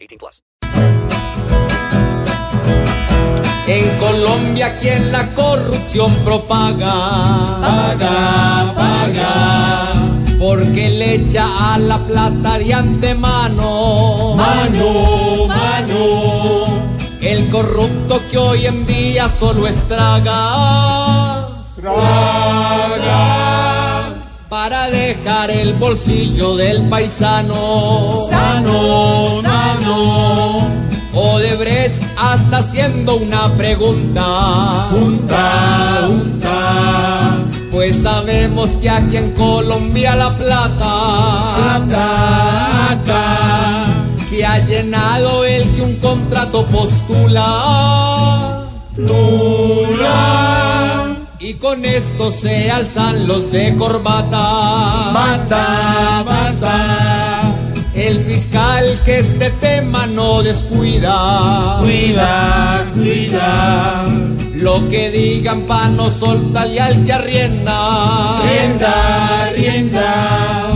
18 plus. En Colombia quien la corrupción propaga, paga, paga, porque le echa a la plata de antemano, mano, mano. El corrupto que hoy en día solo estraga, traga, para dejar el bolsillo del paisano, sano, sano. Odebrecht hasta haciendo una pregunta. Junta, junta. Pues sabemos que aquí en Colombia la plata. Plata, Que ha llenado el que un contrato postula. Tula. Y con esto se alzan los de corbata. Banda, banda. El fiscal que este tema no descuida. Cuida, cuida. Lo que digan pa' no soltarle al que arrienda. Rienda, rienda.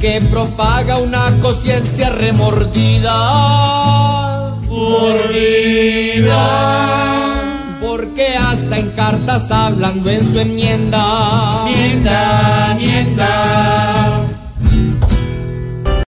Que propaga una conciencia remordida. Mordida. Porque hasta en cartas hablando en su enmienda. Enmienda, enmienda.